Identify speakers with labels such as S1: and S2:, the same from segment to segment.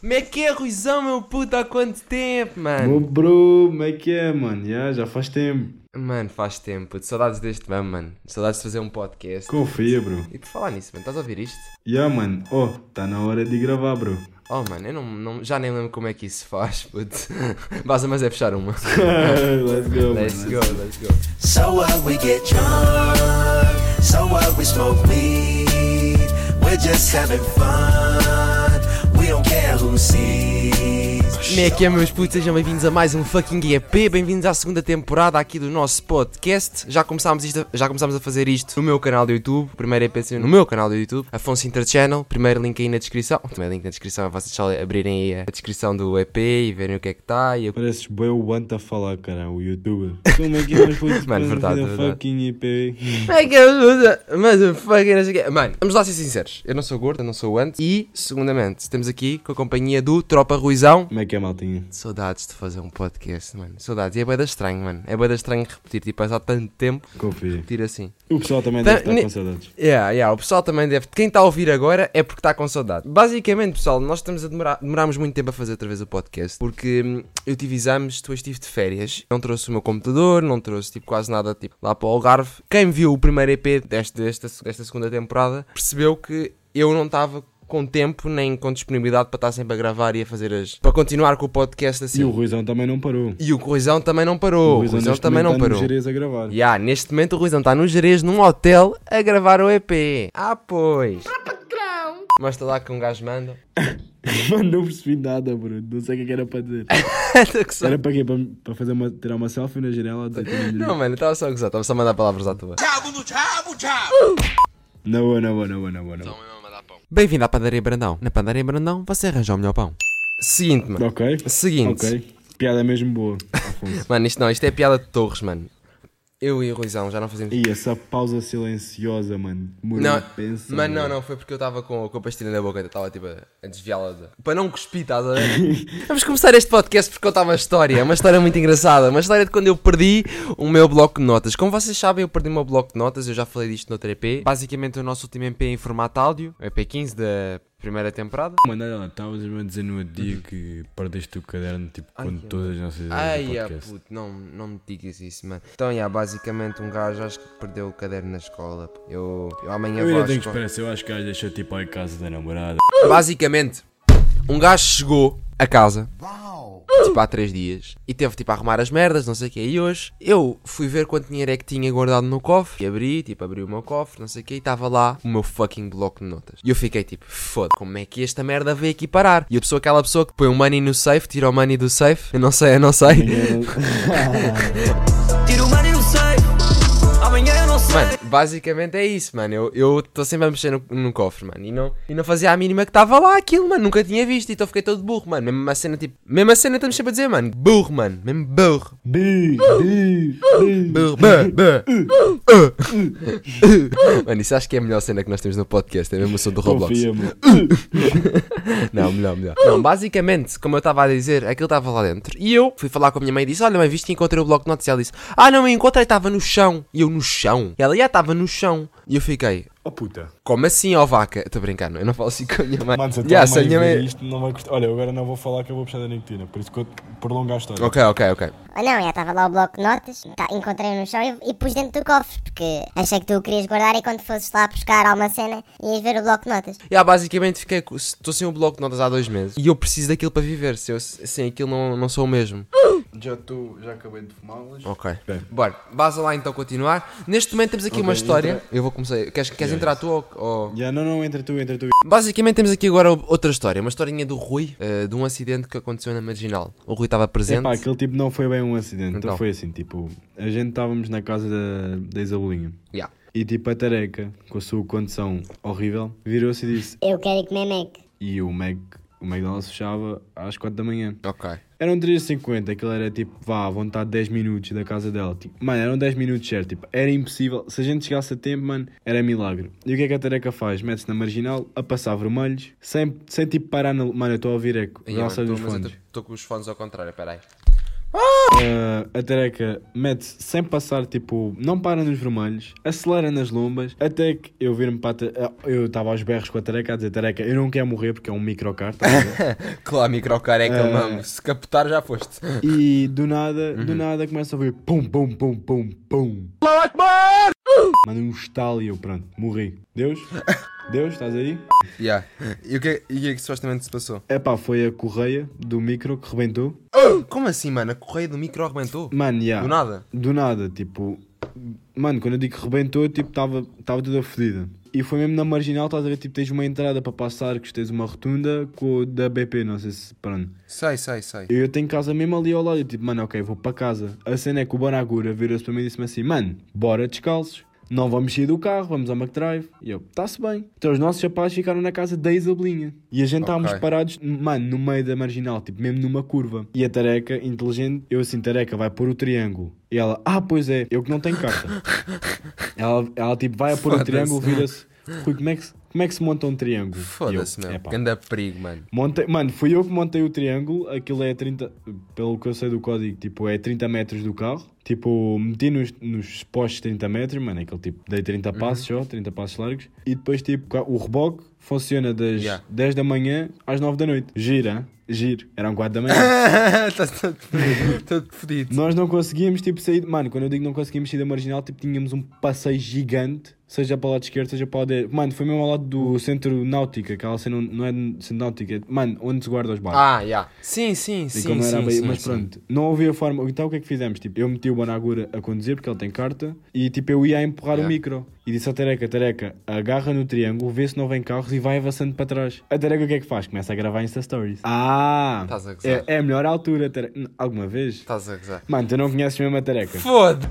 S1: Como é que é, Ruizão, meu puto, há quanto tempo,
S2: Meu
S1: mano?
S2: bro, como é que é, mano? Já, já faz tempo.
S1: Mano, faz tempo, puto. saudades deste bam, mano. Saudades de fazer um podcast.
S2: Confia, bro.
S1: E por falar nisso, mano, estás a ouvir isto?
S2: Ya, mano. Oh, tá na hora de gravar, bro.
S1: Oh, mano, eu não, não- já nem lembro como é que isso faz, puto. Basta, mas é fechar uma.
S2: let's go,
S1: Let's
S2: mano.
S1: go, let's go.
S3: So what we get drunk, so what we smoke weed. We're just having fun. We don't care who sees.
S1: Como é que é, meus putos? Sejam bem-vindos a mais um fucking EP. Bem-vindos à segunda temporada aqui do nosso podcast. Já começámos, isto- já começámos a fazer isto no meu canal do YouTube. O primeiro EP saiu no meu canal do YouTube, Afonso Inter Channel. Primeiro link aí na descrição. Também link na descrição. É vocês só abrirem aí a descrição do EP e verem o que é que está. E eu...
S2: Pareces bem o Ant a falar, cara, o youtuber. Como é que é, mas foi
S1: Mano, verdade, verdade.
S2: fucking IP.
S1: Como é que é, Mas o fucking não sei o quê. Mano, vamos lá ser sinceros. Eu não sou gordo, eu não sou antes. E, segundamente, estamos aqui com a companhia do Tropa Ruizão.
S2: Como é que é, maltinha?
S1: Saudades de fazer um podcast, mano. Saudades. E é bada estranho, mano. É bada estranho repetir. Tipo, há tanto tempo.
S2: Confia.
S1: repetir assim.
S2: O pessoal também
S1: Tá,
S2: deve estar
S1: ne-
S2: com saudades.
S1: Yeah, yeah, o pessoal também deve. Quem está a ouvir agora é porque está com saudade. Basicamente, pessoal, nós estamos a demorar, demorámos muito tempo a fazer outra vez o podcast porque hum, eu tive exames, depois estive de férias. Não trouxe o meu computador, não trouxe tipo, quase nada tipo, lá para o Algarve. Quem viu o primeiro EP deste, desta, desta segunda temporada percebeu que eu não estava com tempo nem com disponibilidade para estar sempre a gravar e a fazer as. para continuar com o podcast assim.
S2: E o Ruizão também não parou.
S1: E o Ruizão também não parou. O Ruizão,
S2: neste
S1: também não
S2: momento tá no
S1: parou.
S2: Jerez a gravar.
S1: Ya, neste momento o Ruizão está no Jerez, num hotel, a gravar o EP. Ah, pois. Ah, patrão. Mas está lá que um gajo manda.
S2: Mano, não percebi nada, bro. Não sei o que é que era para dizer.
S1: Tô que só-
S2: Era para quê? Para, para fazer uma, tirar uma selfie na janela? Dizer, que eu não-
S1: não, mano, estava só a gozar, estava só a mandar palavras à tua.
S2: não, boa, não, boa, não, boa, não, boa, não.
S1: Bem-vindo à Padaria Brandão. Na Padaria Brandão você arranja o melhor pão. Seguinte, mano.
S2: Ok.
S1: Seguinte.
S2: Ok. Piada mesmo boa, Afonso.
S1: Mano, isto não, isto é piada de Torres, mano. Eu e o Ruizão já não fazemos.
S2: e essa pausa silenciosa, mano. Demorou
S1: Não,
S2: a pensar,
S1: mas não,
S2: mano.
S1: não, foi porque eu estava com, com a pastilha na boca, eu estava tipo a, a desviá-la. de- Para não cuspir, estás a ver? Vamos começar este podcast porque contar uma história, é uma história muito engraçada, uma história de quando eu perdi o meu bloco de notas. Como vocês sabem, eu perdi o meu bloco de notas, eu já falei disto no EP. Basicamente, o nosso último EP em formato áudio, o EP15 da primeira temporada.
S4: Mano, olha lá, estavas-me a dizer no outro
S1: Uhum.
S4: dia que perdeste o caderno, tipo, quando todas as nossas ideias do
S1: Ai, ah,
S4: podcast.
S1: puto, não, não me digas isso, mano. Então, yeah, basicamente, um gajo acho que perdeu o caderno na escola. pô. Eu, eu amanhã
S4: eu
S1: vou à
S4: ainda tenho
S1: escola.
S4: esperança, eu acho que o gajo deixou tipo em casa da namorada.
S1: Basicamente, um gajo chegou a casa. Tipo há três dias. E teve tipo a arrumar as merdas, não sei o que. E hoje eu fui ver quanto dinheiro é que tinha guardado no cofre. E abri, tipo, abri o meu cofre, não sei o que. E estava lá o meu fucking bloco de notas. E eu fiquei tipo, foda, como é que esta merda veio aqui parar? E a pessoa, aquela pessoa que põe o money no safe, tira o money do safe. Eu não sei, eu não sei.
S3: Tira o money no safe. Amanhã eu não sei.
S1: Mano, basicamente é isso, mano. Eu- Eu estou sempre a mexer no, no cofre, mano. E não, e não fazia a mínima que estava lá aquilo, mano. Nunca tinha visto. Então fiquei todo burro, mano. Mesmo a cena, tipo. Mesmo a cena, estamos sempre a dizer, mano. Burro, mano. Mesmo burro.
S2: Bi, bi, bi.
S1: Burro. Burro. Burro. Burro. Mano, isso acho que é a melhor cena que nós temos no podcast. É mesmo o som do Roblox.
S2: Confia, mano.
S1: Não, melhor, melhor. Não, basicamente, como eu estava a dizer, aquilo estava lá dentro. E eu fui falar com a minha mãe e disse: Olha, mãe, viste que encontrei o bloco de notas? E ela disse: Ah, não, eu encontrei, estava no chão. E eu, no chão. E ela, já estava no chão. E eu fiquei:
S2: Oh puta.
S1: Como assim, ó vaca? Estou a brincar, não, eu não falo assim com a minha mãe.
S2: Mano, se a tua
S1: Yeah, se a
S2: mãe
S1: minha
S2: ver
S1: mãe-
S2: isto, não vai gostar. Olha, agora não vou falar que eu vou puxar da nicotina, por isso que eu prolongo a história.
S1: Ok, ok, ok.
S5: Ou não, já estava lá o bloco de notas, tá, encontrei no chão e, e pus dentro do cofre, porque achei que tu o querias guardar e quando fosses lá buscar alguma cena ias ver o bloco de notas.
S1: Yeah, basicamente fiquei. com- Estou sem o bloco de notas há dois meses e eu preciso daquilo para viver. Se eu sem aquilo não, não sou o mesmo.
S6: Já estou, já acabei de fumar hoje.
S1: Ok. Bora, basta lá então continuar. Neste momento temos aqui uma história. Eu vou começar. Queres, queres
S2: é
S1: entrar tu ou- ou...
S2: Já, não, não, entra tu, entra tu.
S1: Basicamente temos aqui agora outra história, uma historinha do Rui, eh, de um acidente que aconteceu na Marginal. O Rui estava presente.
S2: Epá, aquele tipo não foi bem um acidente. Então,
S1: Então.
S2: foi assim, tipo, a gente estávamos na casa da, da Isabelinha.
S1: Yeah.
S2: E tipo, a tareca, com a sua condição horrível, virou-se e disse.
S5: Eu quero ir comer Mac.
S2: E o Mac, o McDonald's fechava às 4 da manhã. um
S1: Ok.
S2: Eram 3,50, aquilo era tipo, vá, à vontade 10 minutos da casa dela. Tipo, mano, eram 10 minutos certo, tipo, era impossível. Se a gente chegasse a tempo, mano, era milagre. E o que é que a tareca faz? Mete-se na marginal, a passar vermelhos, sem, sem tipo parar na. Mano, eu estou a ouvir eco,
S1: Ei,
S2: já
S1: mano,
S2: sei
S1: tô-
S2: dos
S1: mas eu
S2: fones.
S1: Estou com os fones ao contrário, peraí.
S2: Ah, a tareca mete-se sem passar, tipo, não para nos vermelhos, acelera nas lombas, até que eu vir-me para a ta- ah, Eu estava aos berros com a tareca a dizer: tareca, eu não quero morrer porque é um microcar, estás a ver?
S1: Claro, microcar é que eu
S2: Ah.
S1: mamo. Se captar já foste.
S2: E do nada,
S1: Uhum.
S2: do nada começa a ouvir pum, pum, pum, pum, pum. Manda um estalo e eu, pronto, morri. Deus? Deus, estás aí?
S1: Yeah. E o que e o que é que supostamente se passou?
S2: Epá, foi a correia do micro que rebentou.
S1: Como assim, mano? A correia do micro arrebentou?
S2: Mano, já.
S1: Do nada?
S2: Do nada, tipo. Mano, quando eu digo que rebentou, tipo, estava tava toda fodida. E foi mesmo na marginal, estás a ver? Tipo, tens uma entrada para passar, que tens uma rotunda com o da BP, não sei se. Pronto.
S1: Sai, sai, sai.
S2: Eu tenho casa mesmo ali ao lado. Eu tipo, mano, ok, vou para casa. A cena é que o Bonagura virou-se para mim e disse-me assim: mano, bora descalços. Não vamos sair do carro, vamos ao McDrive. E eu, está-se bem. Então os nossos rapazes ficaram na casa da Isabelinha. E a gente estávamos
S1: Ok.
S2: parados, mano, no meio da marginal, tipo, mesmo numa curva. E a tareca, inteligente, eu assim, tareca, vai pôr o triângulo. E ela, ah, pois é, eu que não tenho carta. ela, ela, tipo, vai a pôr o
S1: Foda-se.
S2: triângulo, vira-se. Rui, como é, que, se- como é que se monta um triângulo? E eu,
S1: Foda-se, meu.
S2: "Epá,
S1: Ganda perigo, mano.
S2: Montei, mano, fui eu que montei o triângulo. Aquilo é 30, pelo que eu sei do código, tipo, é 30 metros do carro. Tipo, meti nos, nos postos 30 metros, mano. Aquele tipo, dei 30 passos só, 30 passos largos. E depois, tipo, ca- o reboque funciona das
S1: Yeah.
S2: 10 da manhã às 9 da noite. Gira, giro. Eram 4 da manhã.
S1: Estás todo todo tá, fodido.
S2: Nós não conseguíamos, tipo, sair. Mano, quando eu digo não conseguíamos sair da marginal, tipo, tínhamos um passeio gigante. Seja para o lado esquerdo, seja para o lado direito. Mano, foi mesmo ao lado do centro náutico. Aquela cena, onde- não é centro náutico, é, mano, onde se guarda os barcos.
S1: Ah, já. Sim, sim,
S2: E
S1: sim.
S2: como era
S1: sim,
S2: bem-
S1: sim,
S2: mas
S1: sim.
S2: pronto, não havia forma. Então o que é que fizemos? Tipo, eu meti o Banagura a conduzir porque ele tem carta e tipo eu ia a empurrar
S1: Yeah.
S2: o micro. E disse à Tareca: Tareca, agarra no triângulo, vê se não vem carros e vai avançando para trás. A Tareca o que é que faz? Começa a gravar Insta Stories. Ah!
S1: Estás a gozar. Tá.
S2: é, é a melhor altura, Tareca. N- Alguma vez?
S1: Estás a gozar.
S2: Mano, tu não conheces mesmo a Tareca.
S1: Foda!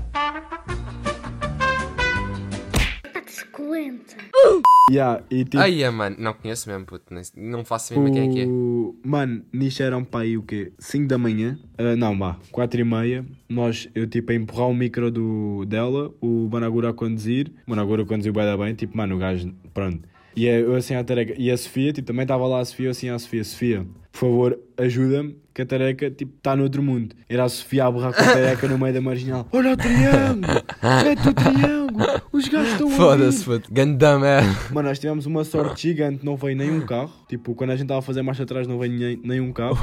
S2: Yeah, e tipo.
S1: Ai, é, mano. Não conheço mesmo, puto. Nem- Não faço mesmo quem é que é.
S2: O- Mano, nisto eram para aí o quê? 5 da manhã? Ah, não, vá, 4 e meia. Nós, eu tipo a empurrar o micro do, dela, o Banagura a conduzir. O Banagura conduziu bem, bem, tipo, mano, o gajo, pronto. E a- eu assim à tareca, e a Sofia, tipo, também estava lá a Sofia, eu assim à Sofia, Sofia, por favor, ajuda-me, que a tareca, tipo, está no outro mundo. Era a Sofia a borrar com a tareca no meio da marginal. Olha o triângulo! Mete o triângulo! Os gajos estão a ouvir!
S1: Foda-se, puto. Ganda merda.
S2: Mano, nós tivemos uma sorte gigante, não veio nenhum carro. Tipo, quando a gente estava a fazer marcha atrás, não veio nem- nenhum carro.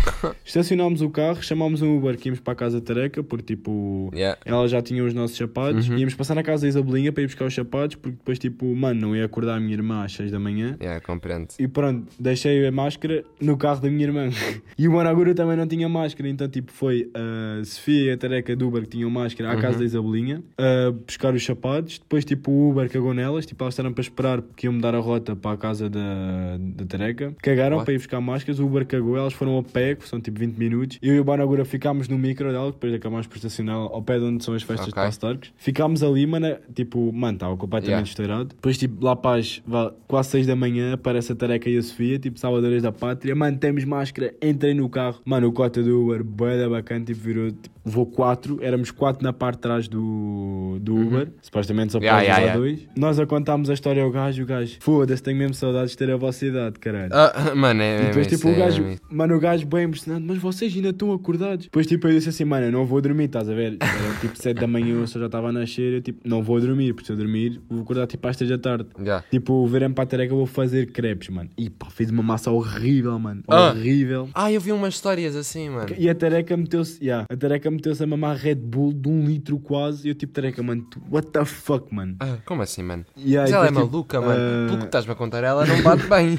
S2: Estacionámos o carro, chamámos um Uber que íamos para a casa da Tareca, porque tipo,
S1: Yeah.
S2: ela já tinha os nossos sapatos. Íamos passar na casa da Isabelinha para ir buscar os sapatos, porque depois, tipo, mano, não ia acordar a minha irmã às 6 da manhã.
S1: É, compreendo.
S2: E pronto, deixei a máscara no carro da minha irmã. E o Managura também não tinha máscara, então tipo foi a Sofia e a Tareca do Uber que tinham máscara à
S1: Uhum.
S2: casa da Isabelinha a buscar os sapatos. Depois tipo o Uber cagou nelas, tipo elas estavam para esperar porque iam mudar a rota para a casa da, da Tareca. Cagaram
S1: What?
S2: para ir buscar máscaras, o Uber cagou, elas foram a pé, que são tipo 20 minutos. Eu e o Managura ficámos no micro dela, que depois acabámos por estacionar ao pé de onde são as festas
S1: Ok.
S2: de Pastorques. Ficámos ali, mano, tipo, mano, estava completamente
S1: Yeah.
S2: estourado. Depois, tipo, lá para as vá, quase 6 da manhã, aparece a Tareca e a Sofia, tipo, salvadores da pátria. Mano, temos máscara, entrem no carro. Mano, o cota do Uber, boeda bacana, tipo, virou, tipo, vou 4, éramos 4 na parte de trás do, do Uber. Supostamente só
S1: Uhum. Yeah,
S2: para
S1: yeah,
S2: usar dois. Nós a contámos a história ao gajo, o gajo, foda-se, tenho mesmo saudades de ter a vossa idade, caralho.
S1: Ah, mano, é.
S2: E depois,
S1: é isso,
S2: tipo, o
S1: é
S2: gajo,
S1: isso.
S2: mano, o gajo bem impressionado, mas vocês ainda estão acordados. Depois, tipo, eu disse assim, mano, eu não vou dormir, estás a ver? Era tipo 7 da manhã, eu só já estava a nascer, eu tipo, não vou dormir, porque se eu dormir, vou acordar tipo às 3 da tarde.
S1: Já.
S2: Tipo, verem para a tareca, eu vou fazer crepes, mano. E pá, fiz uma massa horrível, mano.
S1: Ah.
S2: Horrível.
S1: Ah, eu vi umas histórias assim, mano.
S2: E a tareca meteu-se, yeah, a tareca meteu-se a mamar Red Bull de um litro quase. E eu tipo, tareca, mano, tu, what the fuck, mano.
S1: Ah, como assim, mano?
S2: E aí,
S1: Mas ela é
S2: depois, tipo,
S1: maluca, mano.
S2: ah,
S1: Pelo que estás-me a contar, ela não bate bem.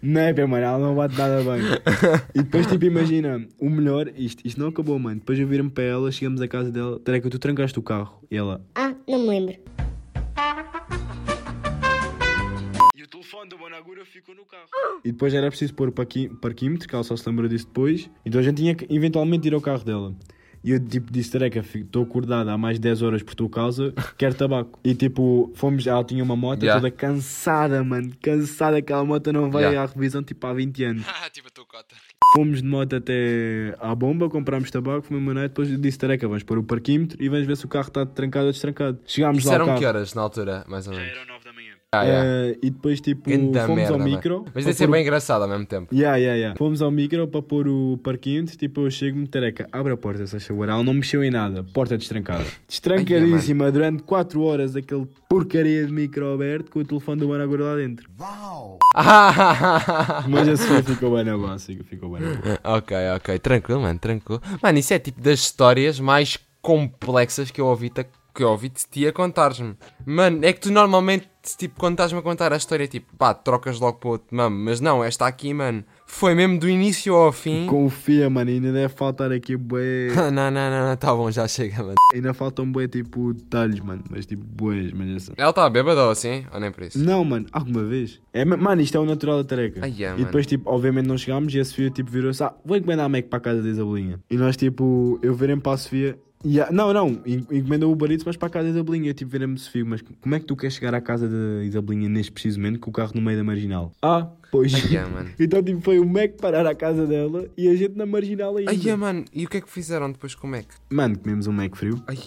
S2: Não é bem, mano, ela não bate nada bem. e depois, tipo, imagina, o melhor, isto, isto não acabou, mano. Depois eu viro-me para ela, chegamos à casa dela, Tareca, tu trancaste o carro. E ela.
S5: Ah, não me lembro.
S2: E o telefone do Bonagura ficou no carro. E depois era preciso pôr o parqui- parquímetro, que ela só se lembrou disso depois. Então a gente tinha que eventualmente ir ao carro dela. E eu tipo disse, Tareca, estou acordada há mais de 10 horas por tua causa, quero tabaco. E tipo, fomos, ela tinha uma moto
S1: Yeah.
S2: toda cansada, mano, cansada, aquela moto não vai
S1: Yeah.
S2: à revisão tipo há 20 anos.
S1: Ah, tipo a tua cota.
S2: Fomos de moto até à bomba, comprámos tabaco, fomos uma noite, depois eu disse Tareca, vamos pôr o parquímetro e vamos ver se o carro está trancado ou destrancado. Chegámos
S1: Isso um
S2: lá ao
S1: eram
S2: carro.
S1: que horas na altura, mais ou menos?
S2: da manhã.
S1: Ah, yeah.
S2: Eh, e depois, tipo,
S1: Ganda
S2: fomos
S1: merda,
S2: ao
S1: mano.
S2: micro. um-
S1: Mas
S2: para
S1: deve ser
S2: pôr o-
S1: bem engraçado ao mesmo tempo.
S2: Yeah, yeah, yeah. Fomos ao micro para pôr o parquinho, tipo, eu chego-me, tareca, abre a porta, se achou Ela não mexeu em nada, porta destrancada. Destrancadíssima durante 4 horas, aquele porcaria de micro aberto com o telefone do Managor lá dentro.
S1: Ah,
S2: Mas a Sofia ficou bem na boa, sim, ficou bem na boa.
S1: ok, ok. Tranquilo, mano, tranquilo. Mano, isso é tipo das histórias mais complexas que eu ouvi te, que eu ouvi -te, a contares-me. Mano, é que tu normalmente, tipo, quando estás-me a contar a história, tipo, pá, trocas logo para outro mamo. Mas não, esta aqui, mano, foi mesmo do início ao fim.
S2: Confia, mano, ainda deve faltar aqui bué.
S1: não, não, não, não, tá bom, já chega, mano.
S2: Ainda faltam bué, tipo, detalhes, mano. Mas, tipo, bués, mas assim.
S1: Ela está bêbada ou assim? Ou nem por isso?
S2: Não, mano, alguma vez. É, ma- mano, isto é o natural da tareca.
S1: Ai, é,
S2: e depois, tipo, obviamente não chegámos e a Sofia, tipo, virou-se, ah, vou encomendar a Mac para a casa da Isabelinha. E nós, tipo, eu virei-me para a Sofia. E a- não, não, en- encomenda o Uber Eats, mas para a casa da Isabelinha. Eu, tipo, virei-me, Sofia, mas como é que tu queres chegar à casa da Isabelinha neste preciso momento com o carro no meio da marginal? Ah, pois.
S1: Ai, é, mano.
S2: então, tipo, foi o Mac parar à casa dela e a gente na marginal ainda.
S1: Ai, é, mano, e o que é que fizeram depois com o Mac?
S2: Mano, comemos um Mac frio.
S1: Ai,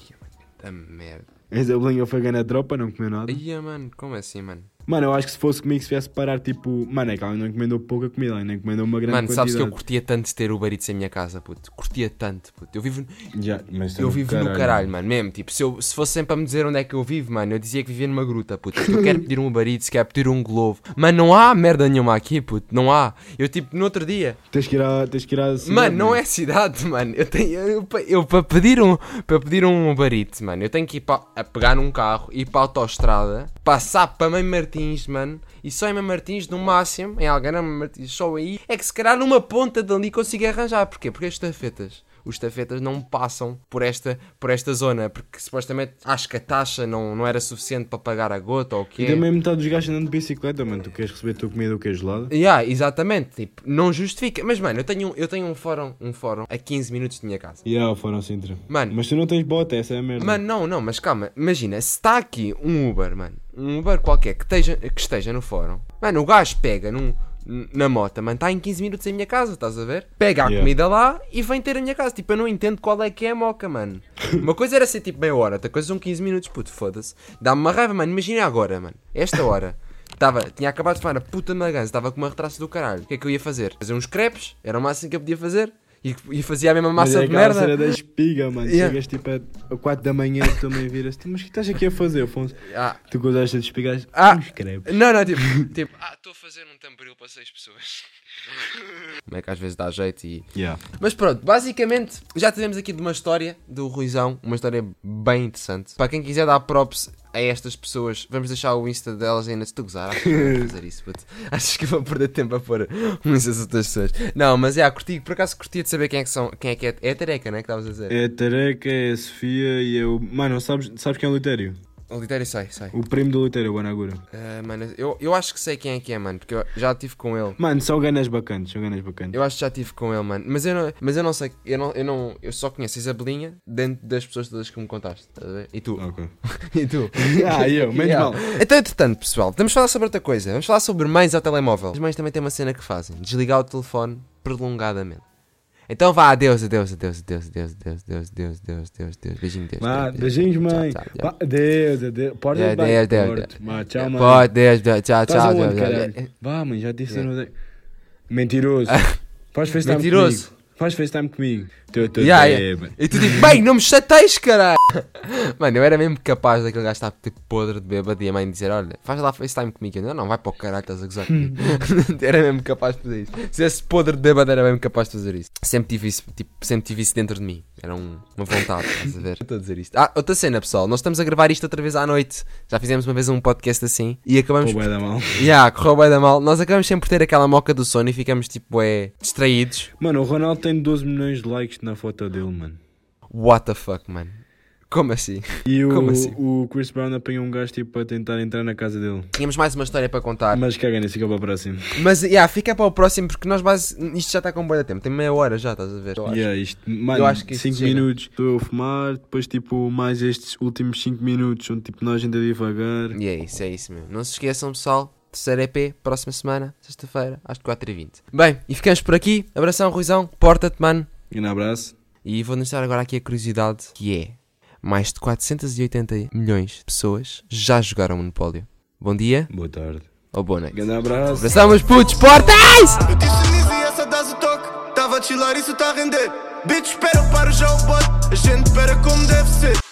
S1: é, mano, da merda.
S2: A Isabelinha foi ganhar tropa, não comeu nada.
S1: Ai, é, mano, como assim, mano?
S2: Mano, eu acho que se fosse comigo, se viesse parar, tipo, mano, é que ela não encomendou pouca comida, ela ainda encomendou uma grande
S1: Mano,
S2: quantidade.
S1: sabes que eu curtia tanto ter Uber Eats em minha casa, puto. Curtia tanto, puto. Eu vivo,
S2: Já, mas
S1: eu vivo no caralho, mano, mesmo. Tipo, se, eu, se fosse sempre a me dizer onde é que eu vivo, mano, eu dizia que vivia numa gruta, puto. Porque eu quero pedir um Uber Eats, quero pedir um Globo. Mano, não há merda nenhuma aqui, puto. Não há. Eu, tipo, no outro dia,
S2: Tens que ir à, tens que ir à cidade,
S1: Mano, não é cidade, mano. Eu tenho. Eu, pa- eu para pedir um. Para pedir um barito, mano, eu tenho que ir para, a pegar num carro, ir para a autostrada, passar para Mãe Martins, mano. E só em Mãe Martins, no máximo, em Algarama, Mãe Martins, só aí, é que se calhar numa ponta dali consigo arranjar. Porquê? Porque as estafetas. Os estafetas não passam por esta, por esta zona, porque supostamente acho que a taxa não, não era suficiente para pagar a gota ou o quê.
S2: E também metade dos gajos andando de bicicleta, mano. Tu queres receber a tua comida ou queres gelada?
S1: Yeah, exatamente, tipo, não justifica. Mas mano, eu tenho, um- eu tenho um fórum, um fórum a 15 minutos da minha casa.
S2: E yeah, foram Sintra.
S1: Mano.
S2: Mas tu não tens bota, essa é a merda.
S1: Mano, não, não, mas calma, imagina, se está aqui um Uber, mano, um Uber qualquer que esteja, que esteja no fórum, mano, o gajo pega num, na mota, mano, está em 15 minutos em minha casa, estás a ver? Pega a
S2: Yeah.
S1: comida lá e vem ter a minha casa, tipo, eu não entendo qual é que é a moca, mano. Uma coisa era ser tipo meia hora, outra coisa são 15 minutos, puto, foda-se. Dá-me uma raiva, mano, imagina agora, mano, esta hora. Tava, tinha acabado de falar na puta magança, estava com uma retraça do caralho. O que é que eu ia fazer? Fazer uns crepes, era o máximo que eu podia fazer. E, e fazia a mesma
S2: Mas
S1: massa
S2: é
S1: de
S2: aquela
S1: merda.
S2: cena da espiga, mano.
S1: Yeah.
S2: Chegas tipo a 4 da manhã e também viras-te. Mas o que estás aqui a fazer, Afonso?
S1: Ah.
S2: Tu gostaste de espigas?
S1: Ah.
S2: Uns crepes.
S1: Não, não, tipo, tipo, ah, estou a fazer um tamboril para seis pessoas. Como é que às vezes dá jeito e.
S2: Yeah.
S1: Mas pronto, basicamente já tivemos aqui de uma história do Ruizão, uma história bem interessante. Para quem quiser dar props a estas pessoas, vamos deixar o Insta delas ainda se tu gozar. Acho que vou fazer isso, puto. Achas que vou perder tempo a pôr um uns das outras pessoas. Não, mas é, curti, por acaso curtia de saber quem é que são, quem é que é. É a tareca, né? Que estavas a dizer.
S2: É a Tareca, é a Sofia e eu. Mano, sabes, sabes quem é o Lutério?
S1: O Litério sai, sai.
S2: O primo do Lutério, o Anagura.
S1: Ah, mano, eu, eu acho que sei quem é que é, mano, porque eu já estive com ele.
S2: Mano, são ganas bacanas, são ganas bacanas.
S1: Eu acho que já tive com ele, mano. Mas eu não, mas eu não sei. Eu, não, eu, não, eu só conheço a Isabelinha dentro das pessoas todas que me contaste. estás a ver? E tu?
S2: Ok.
S1: E tu?
S2: Ah, eu, menos
S1: Yeah.
S2: mal.
S1: Então, entretanto, pessoal, vamos falar sobre outra coisa. Vamos falar sobre mães ao telemóvel. As mães também têm uma cena que fazem: desligar o telefone prolongadamente. Então vá, adeus, adeus, adeus, adeus, adeus, adeus, adeus, adeus, adeus, adeus, adeus. Beijinho, Deus.
S2: Vá,
S1: Deus, Deus,
S2: beijinhos,
S1: Deus,
S2: mãe.
S1: Tchau, tchau, tchau. É,
S2: Vá, Deus, Deus. Pode
S1: Deus, Deus,
S2: vai,
S1: Deus,
S2: porte. Vá, tchau, mãe.
S1: Pode, Deus, Deus, tchau,
S2: Estás
S1: tchau,
S2: aonde,
S1: tchau, tchau.
S2: caralho? Vá, mãe, já disse. eu não sei. Mentiroso. Faz FaceTime
S1: Mentiroso.
S2: comigo. Faz FaceTime comigo. Tô, tô
S1: Yeah,
S2: bêbado.
S1: yeah. E tu dizes, bem, não me chateias, caralho! Mano, eu era mesmo capaz daquele gajo estar tipo podre de bêbado e a mãe dizer: Olha, faz lá FaceTime comigo. Eu, não, não, vai para o caralho, estás a gozar comigo. era mesmo capaz de fazer isso. Se esse podre de bêbado era mesmo capaz de fazer isso. Sempre tive isso, tipo, sempre tive isso dentro de mim. Era um- uma vontade, estás a ver? Estou a dizer isto. Ah, outra cena, pessoal. Nós estamos a gravar isto outra vez à noite. Já fizemos uma vez um podcast assim e acabamos.
S2: Pô, bué da mal.
S1: Yeah, correu bem da mal. Nós acabamos sempre por ter aquela moca do sono e ficamos tipo, é, distraídos.
S2: Mano, o Ronaldo tem 12 milhões de likes na foto dele, mano.
S1: What the fuck, mano? Como assim?
S2: E o,
S1: Como assim?
S2: o Chris Brown apanhou um gajo tipo para tentar entrar na casa dele.
S1: Tínhamos mais uma história para contar.
S2: Mas caga nisso, fica para o próximo.
S1: Mas, yeah, fica para o próximo, porque nós base... isto já está com boa tempo. Tem meia hora já, estás a ver? Eu acho.
S2: Yeah, isto, mano,
S1: Eu acho que isto
S2: 5
S1: chega.
S2: minutos estou a fumar, depois tipo mais estes últimos 5 minutos onde tipo nós ainda devagar.
S1: E é isso, é isso mesmo. Não se esqueçam, pessoal. Terceiro EP, próxima semana, sexta-feira, às 4h20. Bem, e ficamos por aqui. Abração, Ruizão. Porta-te, mano.
S2: Grande abraço.
S1: E vou deixar agora aqui a curiosidade, que é... Mais de 480 milhões de pessoas já jogaram Monopólio. Bom dia
S2: Boa tarde.
S1: ou boa noite.
S2: Grande abraço.
S1: Abração, meus putos, portas!
S3: Eu disse Liz e essa dás o toque Tava a chilar, isso tá a render Bitch, espera para já o bote A gente espera como deve ser